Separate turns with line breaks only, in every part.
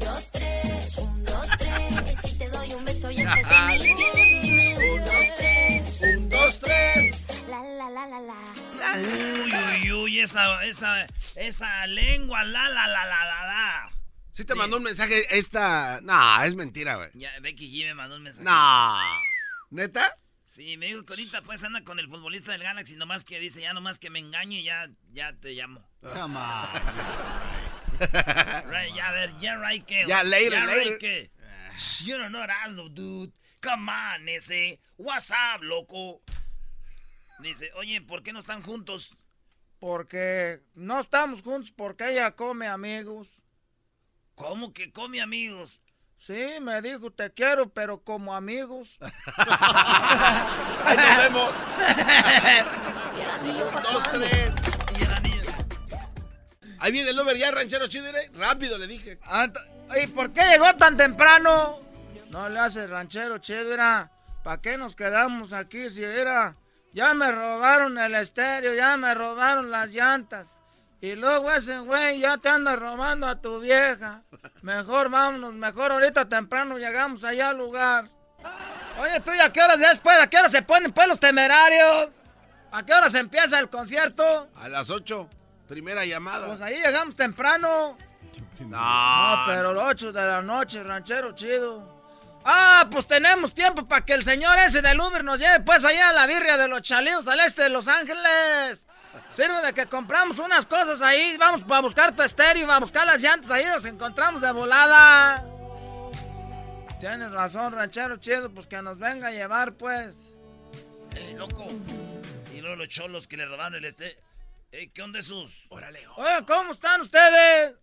dos, tres, un, dos, tres. Si te doy un beso y estás en el Dime un, dos, tres.
Un, dos, tres.
La, la, la, la, la.
Uy, uy, uy, esa, esa, esa lengua, la, la, la, la, la, la.
Sí te mandó un mensaje esta... No, es mentira, güey.
Ya, Becky G me mandó un mensaje.
No. ¿Neta?
Sí, me dijo que ahorita pues anda con el futbolista del Galaxy, nomás que dice, ya nomás que me engañe, ya, ya te llamo.
Come on.
Right, ya, a ver, ya right que...
Ya, later,
ya
later.
right que... Shh, You don't know Erasmo, dude. Come on, ese. What's up, loco? Dice, oye, ¿por qué no están juntos?
Porque no estamos juntos porque ella come amigos.
¿Cómo que come amigos?
Sí, me dijo, te quiero, pero como amigos.
Ahí nos vemos.
Diablo,
Un,
¿pa'
dos,
cuándo?
tres.
Y el anillo.
Ahí viene el Uber ya, ranchero chido. mire. Rápido, le dije.
Ant- ¿Y por qué llegó tan temprano? No le hace ranchero chido, era. ¿Para qué nos quedamos aquí si era? Ya me robaron el estéreo, ya me robaron las llantas. Y luego ese güey ya te anda robando a tu vieja. Mejor vámonos, mejor ahorita temprano llegamos allá al lugar. Oye, tú, ¿y a qué horas después? ¿A qué hora se ponen pues los temerarios? ¿A qué hora se empieza el concierto?
A las ocho. Primera llamada.
Pues ahí llegamos temprano. No,
No,
Ah, pero 8 de la noche, ranchero chido. Ah, pues tenemos tiempo para que el señor ese del Uber nos lleve pues allá a la birria de los chaleos al este de Los Ángeles. Sirve de que compramos unas cosas ahí, vamos a buscar tu estéreo, vamos a buscar las llantas ahí, nos encontramos de volada. Tienes razón, ranchero chido, pues que nos venga a llevar pues.
Eh, loco. Y luego los cholos que le robaron el este. Eh, ¿Qué onda esos? Órale,
Oye, ¿cómo están ustedes?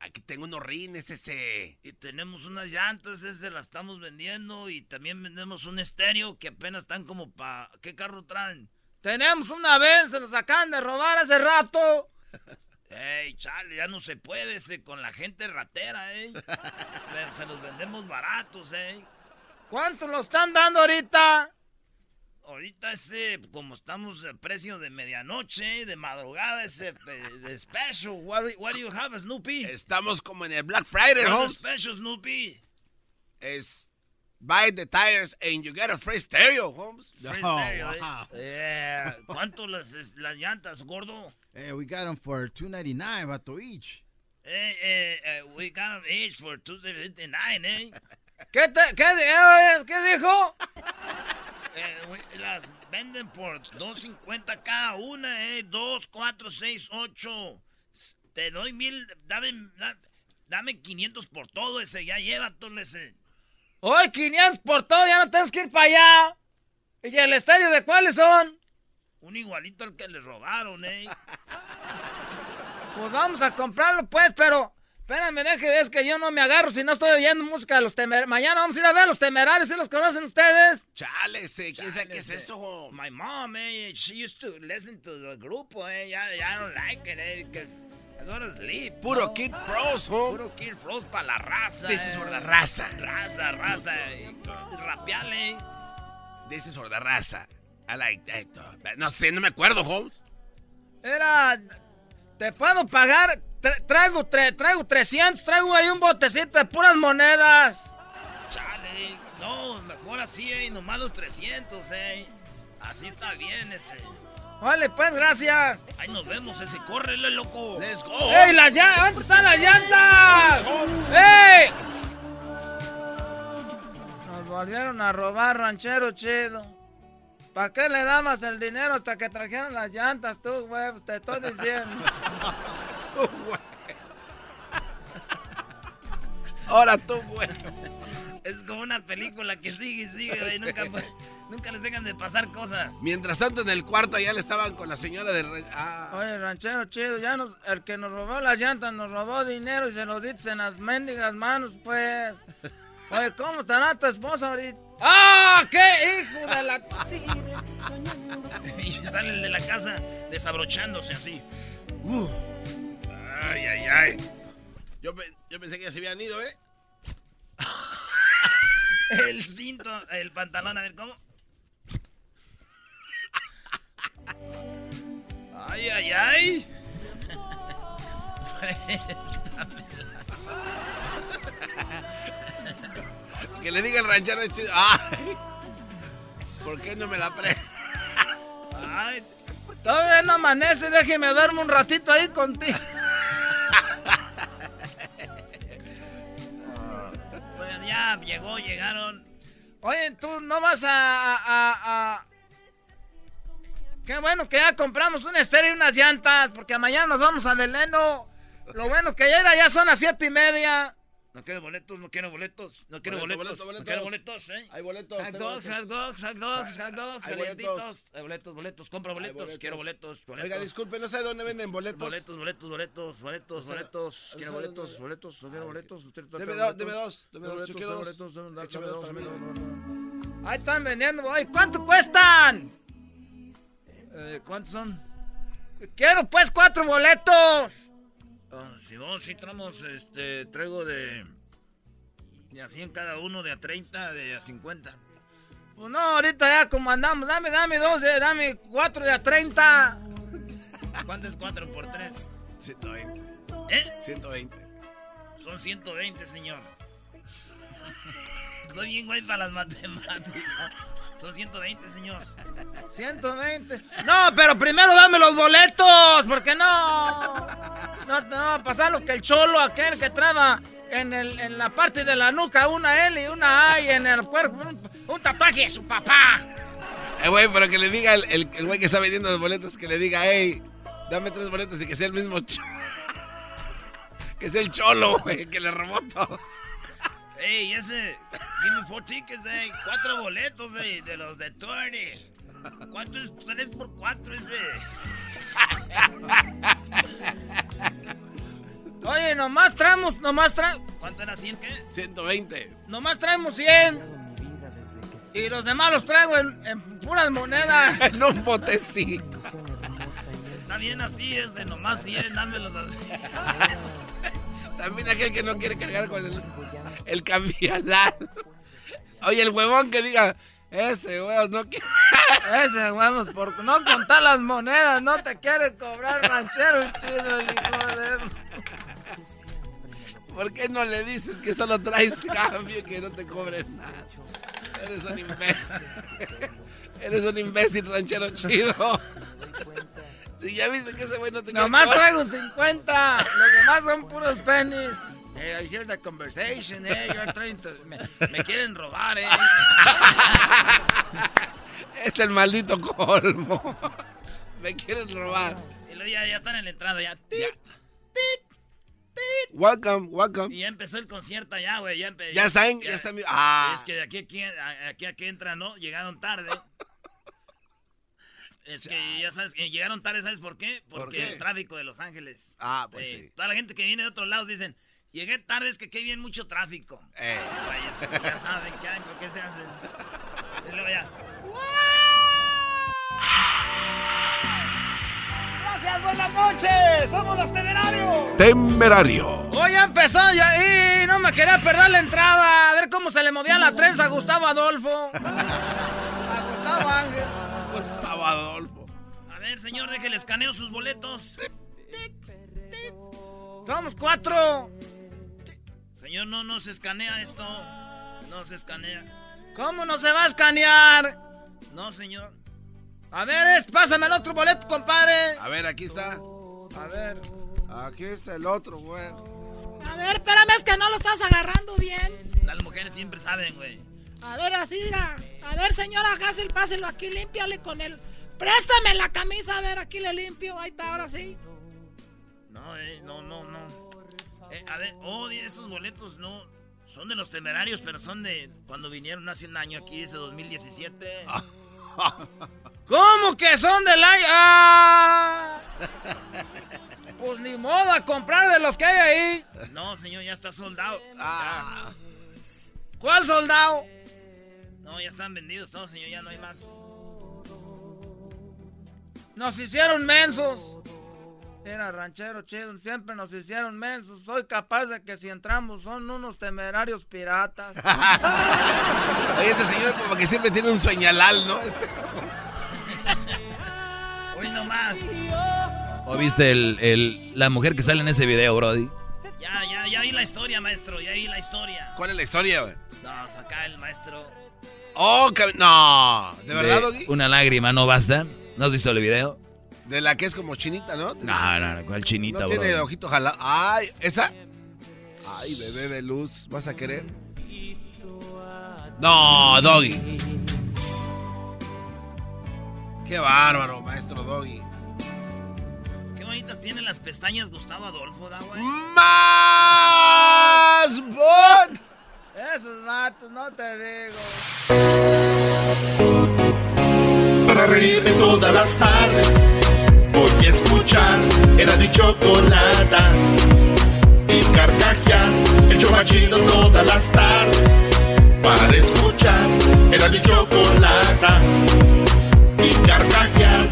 Aquí tengo unos rines ese.
Y tenemos unas llantas, ese las estamos vendiendo. Y también vendemos un estéreo que apenas están como pa. ¿Qué carro traen?
Tenemos una vez, se nos acaban de robar hace rato.
Ey, chale, ya no se puede este, con la gente ratera, eh. Pero se los vendemos baratos, eh.
¿Cuánto nos están dando ahorita?
Ahorita ese, como estamos a precio de medianoche, de madrugada, ese pe- de special. What, what do you have, Snoopy?
Estamos como en el Black Friday,
What's
Holmes.
special, Snoopy?
Es buy the tires and you get a free stereo, Holmes.
Free
Oh,
stereo, eh.
wow.
Yeah. ¿Cuánto las, es- las llantas, gordo?
Hey, Eh, we got them for two ninety nine, bato each.
Eh, eh, eh, we got them each for 259, eh.
¿Qué, te- qué di- eh, qué dijo?
eh we- las venden por 250 cada una, eh. 2, 4, 6, 8. Te doy mil, dame, da- dame 500 por todo ese, ya llévatelo ese.
Hoy 500 por todo, ya no tenemos que ir para allá. ¿Y el estadio de cuáles son?
Un igualito al que le robaron, eh.
Pues vamos a comprarlo, pues, pero. Espérame, deje, es que yo no me agarro si no estoy oyendo música de los temerarios. Mañana vamos a ir a ver a los temerarios, si los conocen ustedes.
Chale, ese. ¿Quién sabe qué es
Chale, ese.
eso, Holmes?
My mom, eh, she used to listen to the grupo, eh. Ya, ya don't like it, eh, because I go to sleep.
Puro Kid Pros, Holmes.
Puro Kill Frost para la raza.
This is
eh.
for the raza.
Raza, raza. eh, Rapeale.
This is for the raza. I like that. No sé, no me acuerdo, Holmes.
Era. Te puedo pagar. tra- traigo, tre- traigo 300, traigo ahí un botecito de puras monedas.
Chale. No, mejor así, eh. Nomás los 300, eh. Así está bien ese.
Vale, pues, gracias.
Ahí nos vemos, ese córrele, loco.
Let's go.
¡Ey, las llantas! ¿Dónde están las llantas? ¡Ey! Nos volvieron a robar, ranchero chido. ¿Para qué le dabas el dinero hasta que trajeron las llantas tú, güey? Pues Te estoy diciendo.
Ahora tú, güey.
Es como una película que sigue y sigue, güey. Nunca, nunca les dejan de pasar cosas.
Mientras tanto, en el cuarto allá le estaban con la señora del... re- Ah,
Oye, ranchero chido, ya nos, el que nos robó las llantas nos robó dinero y se lo diste en las mendigas manos, pues. Oye, ¿cómo estará tu esposa ahorita? ¡Ah! ¡Qué hijo de la...
Y salen de la casa desabrochándose así.
ay, ay, ay. Yo, pe- yo pensé que ya se habían ido, ¿eh?
El cinto, el pantalón, a ver cómo. Ay, ay, ay.
Que le diga el ranchero es chido. Ay. ¿Por qué no me la pre...
Ay,
Todavía no amanece, déjeme darme un ratito ahí contigo.
pues ya llegó, llegaron.
Oye, tú no vas a, a- a- a- Qué bueno que ya compramos un estéreo y unas llantas, porque mañana nos vamos a Deleno. Lo bueno que ya era, ya son las siete y media.
No quiero boletos, no quiero boletos, no quiero
Boleto,
boletos,
boleto,
no quiero
boletos.
boletos, eh.
Hay boletos.
Hot
tengo
dogs, hot
boletos.
dogs, hot dogs, hot dogs,
Hay
calientitos. Hay boletos, boletos, compra boletos,
boletos.
quiero boletos, boletos.
Oiga, disculpe, no sé dónde venden boletos.
Boletos, boletos, boletos, boletos,
sea,
boletos.
o
Quiero
sea,
boletos,
no-
boletos, no quiero boletos. usted no
Deme
quiere
dos,
boletos.
deme dos, deme
Quiero
dos, yo quiero
quiero
dos.
dame- dame
Écheme dos
dos,
para
dame
mí.
dos, dame dos.
Ahí están vendiendo. Oye, ¿cuánto cuestan?
Eh, ¿Cuántos son?
Quiero pues cuatro boletos.
Ah, si vos, si tramos, este, traigo de. De a 100 cada uno, de a 30, de a 50.
Pues no, ahorita ya como andamos, dame, dame dos, eh, dame cuatro de a treinta.
¿Cuánto es 4 por 3?
120.
¿Eh?
120.
Son 120, señor. Soy bien güey para las matemáticas. Son 120, señor.
120. No, pero primero dame los boletos, porque no. No, no, pasar lo que el cholo, aquel que traba en, el, en la parte de la nuca una L y una A y en el cuerpo un, un tatuaje de su papá.
Eh, güey, pero que le diga el, el, el güey que está vendiendo los boletos, que le diga, hey, dame tres boletos y que sea el mismo cho- Que sea el cholo, güey, que le robó todo.
Ey, ese. Give me four tickets, ey. Cuatro boletos, ey, de los de Tony. ¿Cuánto es 3 por 4 ese?
Oye, nomás traemos, nomás tra,
¿Cuánto era 100 qué?
120.
nomás traemos 100. Y los demás los traigo en, en puras monedas.
En un botecito.
Está bien así ese, nomás 100, dámelos así.
También aquel que no quiere cargar con el, el cambialán. Oye, el huevón que diga, ese huevón no quiere.
Ese vamos por no contar las monedas, no te quiere cobrar ranchero chido, el hijo de.
¿Por qué no le dices que solo traes cambio y que no te cobres nada? Eres un imbécil. Eres un imbécil ranchero chido. Si ya viste que ese güey no te quiere
Nomás
cobrar.
traigo 50. Los demás son puros penis. Hey, Eh, I hear the conversation, eh. You're trying to- Me, me quieren robar, eh.
Es el maldito colmo. Me quieren robar.
Y luego ya, ya están en la entrada, ya. ¡tit!
Welcome,
Y
welcome.
ya empezó el concierto allá, güey. Ya, empe-
Ya están, ya están. Ah,
Es que de aquí a aquí, a- aquí a que entran, ¿no? Llegaron tarde. Es que ya sabes que llegaron tarde, ¿sabes por qué? Porque
¿Por qué?
el tráfico de Los Ángeles.
ah pues
Eh,
sí.
Toda la gente que viene de otros lados dicen, llegué tarde, es que aquí hay bien mucho tráfico.
Eh.
Güey, ya saben qué hay, por qué se hace. Y luego ya,
Gracias, buenas noches. Somos los temerarios.
Temerario.
Hoy ha empezado ya. Y no me quería perder la entrada. A ver cómo se le movía la trenza a Gustavo Adolfo. A Gustavo Ángel.
Gustavo Adolfo.
a ver, señor, déjele escaneo sus boletos.
Somos cuatro.
Señor, no, no se escanea esto. No se escanea.
¿Cómo no se va a escanear?
No, señor.
A ver, es, pásame el otro boleto, compadre.
A ver, aquí está.
A ver.
Aquí está el otro, güey.
A ver, espérame, es que no lo estás agarrando bien.
Las mujeres siempre saben, güey.
A ver, así, mira. A ver, señora Hassel, páselo aquí, límpiale con él. Préstame la camisa, a ver, aquí le limpio. Ahí está, ahora sí.
No, eh, no, no, no. Eh, a ver, oh, estos boletos no. Son de los temerarios, pero son de cuando vinieron hace un año aquí, ese 2017.
¿Cómo que son del año? ¡Ah! Pues ni modo a comprar de los que hay ahí.
No, señor, ya está soldado.
Ah,
¿Cuál soldado?
No, ya están vendidos todos, señor, ya no hay más.
Nos hicieron mensos. Era ranchero chido, siempre nos hicieron mensos. Soy capaz de que si entramos son unos temerarios piratas.
oye, ese señor como que siempre tiene un sueñalal, ¿no? Este-
Hoy no más.
¿O viste el, el- la mujer que sale en ese video, Brody?
Ya, ya, ya vi la historia, maestro, ya vi la historia.
¿Cuál es la historia, güey?
No, acá el maestro.
Oh, cab- no. ¿De verdad, Doggy?
Eh, Una lágrima no basta. ¿No has visto el video?
De la que es como chinita, ¿no?
No, no, no, ¿cuál chinita,
no
Brody?
tiene el ojito jalado. Ay, esa. Ay, bebé de luz, ¿vas a querer? No, Doggy. Qué bárbaro, maestro Doggy.
Qué bonitas tienen las pestañas Gustavo Adolfo, da, güey.
Más bot.
Esos vatos, no te digo.
para reírme todas las tardes. Voy a escuchar era mi chocolata y carcajear el chomachido todas las tardes. Para escuchar era mi chocolata y carcajear.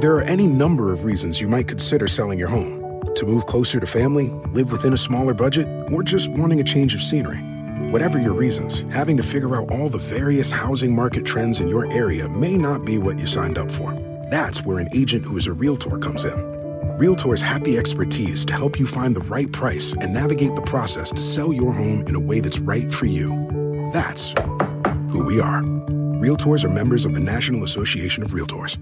There are any number of reasons you might consider selling your home to move closer to family, live within a smaller budget, or just wanting a change of scenery. Whatever your reasons, having to figure out all the various housing market trends in your area may not be what you signed up for. That's where an agent who is a realtor comes in. Realtors have the expertise to help you find the right price and navigate the process to sell your home in a way that's right for you. That's who we are. Realtors are members of the National Association of Realtors.